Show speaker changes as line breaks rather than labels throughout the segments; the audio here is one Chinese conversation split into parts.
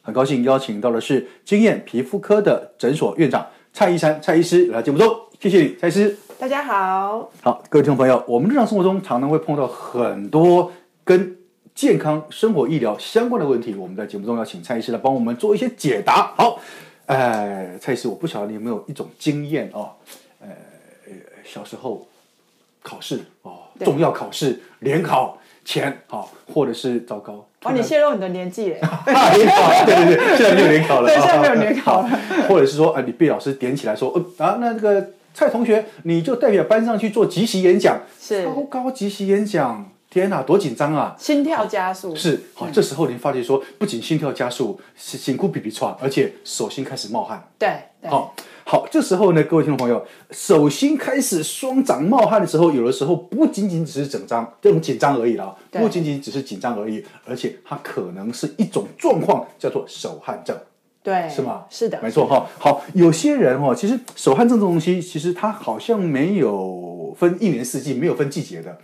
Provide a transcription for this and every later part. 很高兴邀请到的是经验皮肤科的诊所院长蔡医生，蔡医师来节目中，谢谢你，蔡医师。
大家好，
好，各位听众朋友，我们日常生活中常常会碰到很多跟健康、生活、医疗相关的问题，我们在节目中要请蔡医师来帮我们做一些解答。好，呃，蔡医师，我不晓得你有没有一种经验哦，呃，小时候考试哦，
对
重要考试联考前，好、或者是糟糕，
哇，哦你泄露你的年纪 嘞！
大联考，对对对，现在没有联考了，哦
对现在没有联考了
好。或者是说，呃，你被老师点起来说，呃啊，那这个蔡同学，你就代表班上去做即席演讲，
是
超高即席演讲，天哪，多紧张啊！
心跳加速
是，
嗯
好，这时候你发觉说，不仅心跳加速，是心哭比比喘，而且手心开始冒汗。
对对，
好、好，这时候呢，各位听众朋友，手心开始双掌冒汗的时候，有的时候不仅仅只是紧张，这种紧张而已啦，
对
不仅仅只是紧张而已，而且它可能是一种状况，叫做手汗症。
对
是吗？
是的，
没错哈。好，有些人哈，其实手汗症这种东西，其实它好像没有分一年四季，没有分季节的，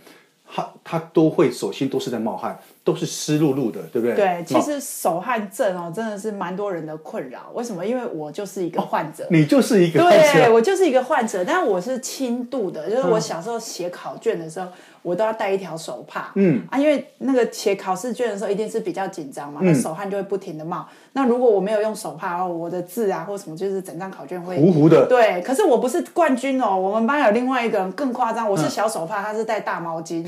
它它都会手心都是在冒汗，都是湿漉漉的，对不对？
对，其
哦
实手汗症哦，真的是蛮多人的困扰。为什么？因为我就是一个患者。
你就是一个
对，
对
我就是一个患者，但我是轻度的，
嗯
就是我小时候写考卷的时候，我都要带一条手帕，
嗯
啊，因为那个写考试卷的时候一定是比较紧张嘛，那手汗就会不停的冒。那如果我没有用手帕的话，我的字啊或什么，就是整张考卷会
糊糊的，
对，可是我不是冠军哦，我们班有另外一个人更夸张，我是小手帕，他是戴大毛巾，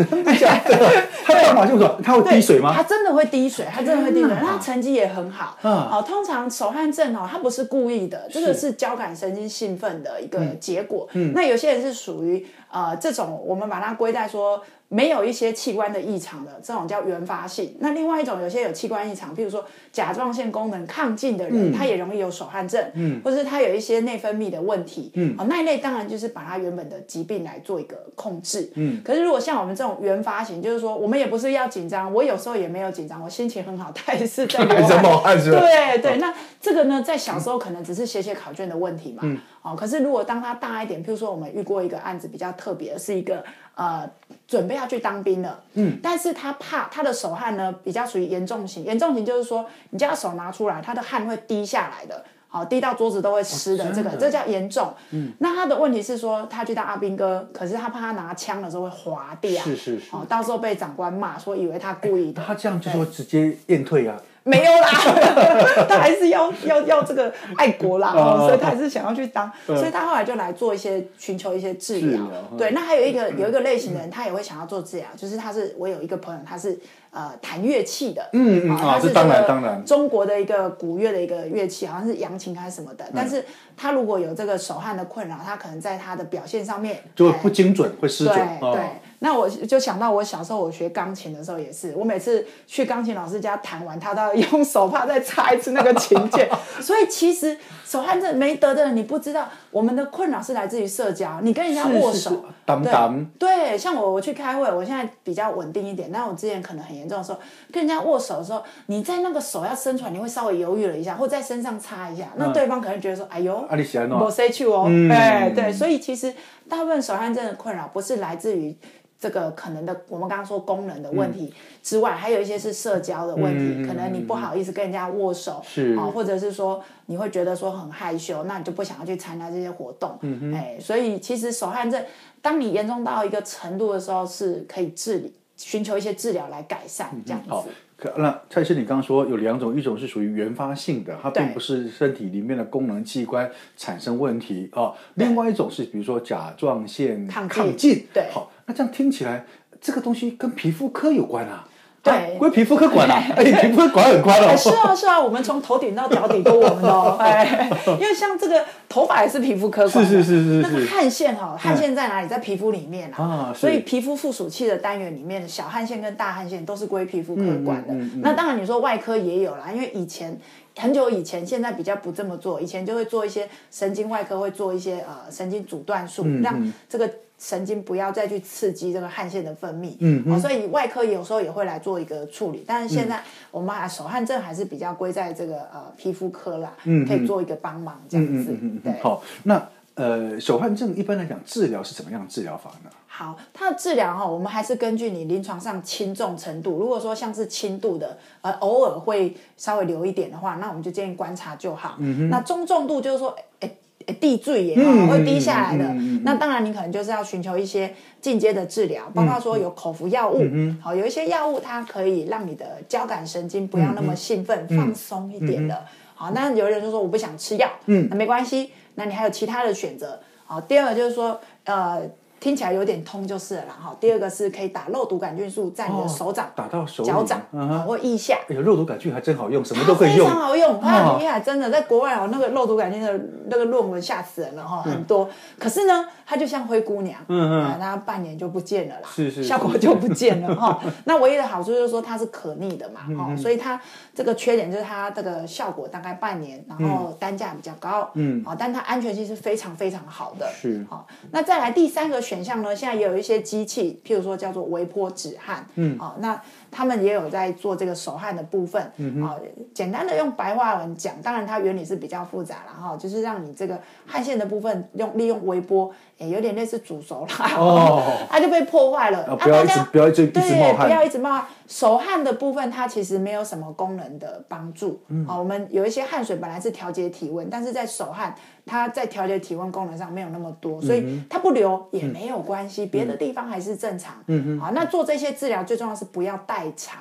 他干嘛就是他会
对
滴水吗
他？真的会滴水，他真的会滴水，
天哪
他成绩也很好。
嗯
哦，通常手汗症哦，他不是故意的，这个
是嗯
是交感神经兴奋的一个结果。那有些人是属于呃这种，我们把它归在说没有一些器官的异常的，这种叫原发性。那另外一种，有些有器官异常，譬如说甲状腺功能亢进的
嗯
人，他也容易有手汗症，嗯，或者是他有一些内分泌的问题，嗯，哦，那一类当然就是把他原本的疾病来做一个控制，嗯，可是如果像我们这种原发型，就是说我们也不是要紧张，我有时候也没有紧张，我心情很好，他也 是在流
还在
汗
冒汗是吧？
对对，那这个呢，在小时候可能只是写写考卷的问题嘛。
嗯
哦，可是如果当他大一点，譬如说我们遇过一个案子比较特别，是一个呃准备要去当兵了，嗯，但是他怕他的手汗呢比较属于严重型，严重型就是说你将手拿出来，他的汗会滴下来的。好，滴到桌子都会湿
哦
的，这个这叫严重。嗯，那他的问题是说，他去当阿兵哥，可是他怕他拿枪的时候会滑掉，
是是是
哦，到时候被长官骂说以为他故意的。
他这样就说直接验退啊，
没有啦， 他还是要要要这个爱国啦，
啊
哦，所以他还是想要去当，所以他后来就来做一些寻求一些治
治
疗
疗。嗯
对，那还有一个有一个类型的人，他也会想要做治疗，就是他是我有一个朋友，他是呃弹乐器的，
嗯嗯
啊
啊
他
这
是
当然
个
当然
中国的一个古乐的一个乐器，好像是扬琴还是什么的，但
嗯
是他如果有这个手汗的困扰，他可能在他的表现上面
就会
哎
不精准，会失准
对对
哦。，
那我就想到我小时候我学钢琴的时候也是，我每次去钢琴老师家弹完，他都要用手帕再擦一次那个琴键。所以其实手汗症没得的人，你不知道我们的困扰是来自于社交，你跟人家
是
握
是是
手，
挡
对
挡
对，像我我去开会，我现在比较稳定一点，但我之前可能很严重的时候，跟人家握手的时候，你在那个手要伸出来，你会稍微犹豫了一下，或在身上擦一下，
嗯
那对方可能觉得说，哎呦，
啊你是怎样
没谁去哦，
嗯
哎、对，所以其实大部分手汗症的困扰不是来自于。这个可能的，我们刚刚说功能的问题
嗯
之外，还有一些是社交的问题，可能你不好意思跟人家握手，
是
啊、或者是说你会觉得说很害羞，那你就不想要去参加这些活动，嗯、哎，所以其实手汗症，当你严重到一个程度的时候，是可以治理，寻求一些治疗来改善这样子。
嗯好，可那蔡医生，你刚刚说有两种，一种是属于原发性的，它
对
并不是身体里面的功能器官产生问题啊、哦
对
另外一种是比如说甲状腺
亢进
进，
对
好，那这样听起来这个东西跟皮肤科有关啊，
对
啊归皮肤科管啊，哎，皮肤科管很宽
哎
哦，
是啊，是啊，我们从头顶到脚底都我们 的哦，哎，因为像这个头发也是皮肤科管的，
是是是是是嗯
那个汗腺哈，汗腺在哪里？在皮肤里面
啊
啊，
是
所以皮肤附属器的单元里面，小汗腺跟大汗腺都是归皮肤科管的。
嗯嗯嗯嗯
那当然你说外科也有啦，因为以前。很久以前，现在比较不这么做。以前就会做一些神经外科，会做一些呃神经阻断术，
嗯嗯
让这个神经不要再去刺激这个汗腺的分泌。
嗯嗯
哦，所以外科有时候也会来做一个处理，但是现在我们把手汗症还是比较归在这个呃皮肤科啦，
嗯嗯
可以做一个帮忙这样
嗯
子。
嗯嗯嗯
对
嗯，，好，那呃，手汗症一般来讲治疗是怎么样的治疗法呢？
好，它的治疗哈、我们还是根据你临床上轻重程度。如果说像是轻度的，呃，偶尔会稍微留一点的话，那我们就建议观察就好。嗯、那中重度就是说，哎、哎哎地坠也好、
嗯
会滴下来的、
嗯嗯嗯嗯嗯
那当然你可能就是要寻求一些进阶的治疗，包括说有口服药物，好、有一些药物它可以让你的交感神经不要那么兴奋，
嗯
放松一点的。好，那有人就说我不想吃药，嗯，那没关系，那你还有其他的选择。好，第二个就是说，呃，听起来有点痛就是了啦。哈，第二个是可以打肉毒杆菌素在你
哦
的手掌、
打到手里
脚掌、哎
嗯哼
好或腋下。
哎呦，肉毒杆菌还真好用，什么
它
都可以
非
用，
常好用，它
哦
很厉害，真的，在国外哦，那个肉毒杆菌的那个论文吓死人了哈，很多。可是呢，它就像灰姑娘，
嗯嗯
啊，那半年就不见了啦，
是是是
效果就不 见了哈。那唯一的好处就是说它是可逆的嘛，
嗯
哈，所以它这个缺点就是它这个效果大概半年，然后单价比较高，
嗯
好，但它安全性是非常非常好的，
是
好。那再来第三个选项呢，现在也有一些机器，譬如说叫做微波止汗，嗯，好，那他们也有在做这个手汗的部分，嗯啊、简单的用白话文讲，当然它原理是比较复杂了哈、就是让你这个汗腺的部分用利用微波，也有点类似煮熟啦，
哦，
它就被破坏了，
啊不要一
大
直
家
不要一直一直
对
冒汗
不要一直冒汗。手汗的部分，它其实没有什么功能的帮助。
嗯
好、我们有一些汗水本来是调节体温，但是在手汗，它在调节体温功能上没有那么多，所
嗯
以它不流也没有关系，别的地方还是正常。嗯好，那做这些治疗最重要是不要代偿。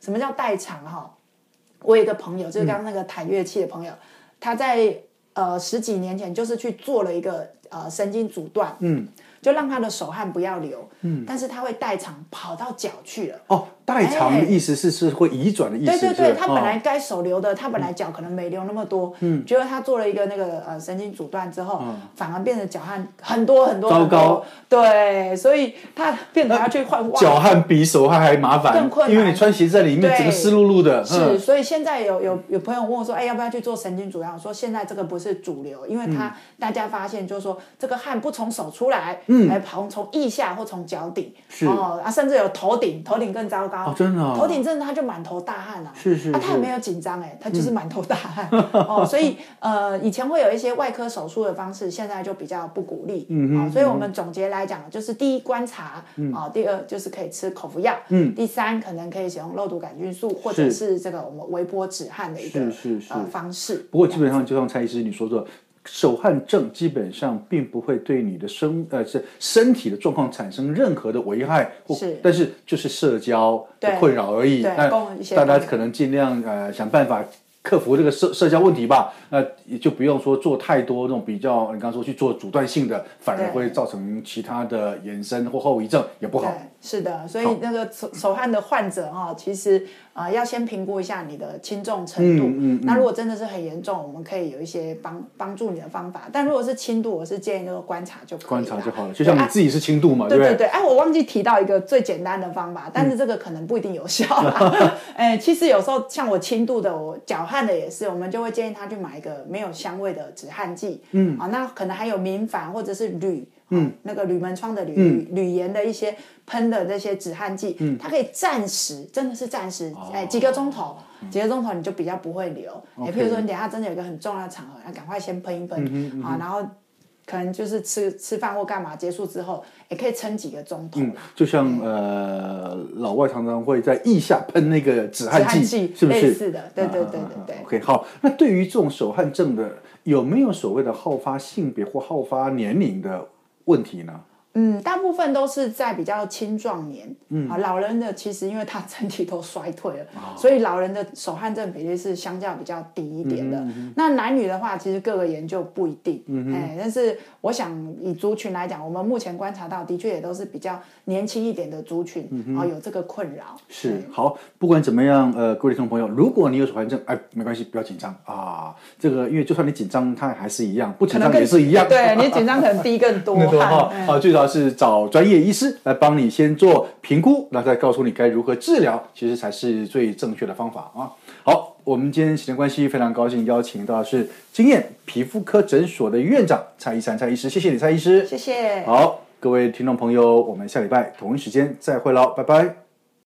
什么叫代偿？哈，我有一个朋友，就是刚刚那个弹乐器的朋友，他在呃十几年前就是去做了一个呃神经阻断，
嗯，
就让他的手汗不要流，嗯，但是他会代偿跑到脚去了。
哦，代偿的意思是是会移转的意思，
对哎对对，
是吧
他本来
哦
该手流的，他本来脚可能没流那么多，嗯，结果他做了一个那个呃神经阻断之后，反而变得脚汗很多很多，
哦糟
很多
糕，
对，所以他变得要去换袜子
哦脚汗比手汗还麻烦，
更困难
因为你穿鞋在里面，
对
整个湿漉漉的，
是，
嗯
所以现在有有有朋友问我说，哎，要不要去做神经阻断？我说现在这个不是主流，因为
嗯
它、大家发现就是说这个汗不从手出来，嗯，还跑从腋下或从脚底，
是
哦啊，甚至有头顶，头顶更糟糕，
哦真的哦
头顶真的他就满头大汗啊，
是是
啊，他也
是
没有紧张哎，他就是满头大汗、
嗯
哦，所以呃，以前会有一些外科手术的方式，现在就比较不鼓励，嗯所以我们总结来讲，就是第一观察，嗯、哦，第二就是可以吃口服药，
嗯
第三可能可以使用肉毒杆菌素或者
是
是这个我们微波止汗的一个
是是是
呃方式。
不过基本上就像蔡医师你说的，手汗症基本上并不会对你的身呃是身体的状况产生任何的危害，或
是
但是就是社交的
对
困扰而已。
对
那
共有一些
大家
共有
可能尽量呃想办法。克服这个社社交问题吧，那、也就不用说做太多那种比较，你刚刚说去做阻断性的，反而
对
会造成其他的延伸或后遗症，也不
对
好。，
是的，所以
好
那个手手汗的患者哈、其实啊、呃要先评估一下你的轻重程度。
嗯嗯嗯
那如果真的是很严重，我们可以有一些帮帮助你的方法。但如果是轻度，我是建议就是观察就可以
观察
啦
就好了，就像你
对啊
自己是轻度嘛，
对嗯
不
对对，哎，我忘记提到一个最简单的方法，但是这个可能不一定有效 啦。哎，其实有时候像我轻度的，我脚汗的也是，我们就会建议他去买一个没有香味的止汗剂。嗯，啊，那可能还有明矾或者是铝。嗯，那个铝门窗的铝铝铝盐的一些喷的那些止汗剂，它可以暂时，真的是暂时，哎，几个钟头，几个钟头你就比较不会流。哎，譬如说你等一下真的有一个很重要的场合，要啊赶快先喷一喷啊，然后可能就是吃吃饭或干嘛结束之后，也可以撑几个钟头啦。
嗯就像呃，老外常常会在腋下喷那个止汗剂，
止汗剂
是不是？
类似的对对对
啊
对对
啊啊 OK，好，那对于这种手汗症的，有没有所谓的好发性别或好发年龄的问题呢？
嗯，大部分都是在比较青壮年，嗯，啊，老人的其实因为他身体都衰退了，
哦
所以老人的手汗症比例是相较比较低一
嗯
点的。那男女的话，其实各个研究不一定，嗯哎，但是我想以族群来讲，我们目前观察到的确也都是比较年轻一点的族群，
嗯
然后有这个困扰。
是好，不管怎么样，呃，各位听众朋友，如果你有手汗症，哎，没关系，不要紧张啊。这个，因为就算你紧张，它还是一样；不紧张也是一样。
对你紧张可能滴更 多嗯
那个
汗
哈，啊，最早是找专业医师来帮你先做评估，那再告诉你该如何治疗，其实才是最正确的方法啊。好，我们今天时间关系，非常高兴邀请到的是经验皮肤科诊所的院长蔡一山蔡医师，谢谢你蔡医师，
谢谢。
好，各位听众朋友，我们下礼拜同一时间再会喽，拜拜。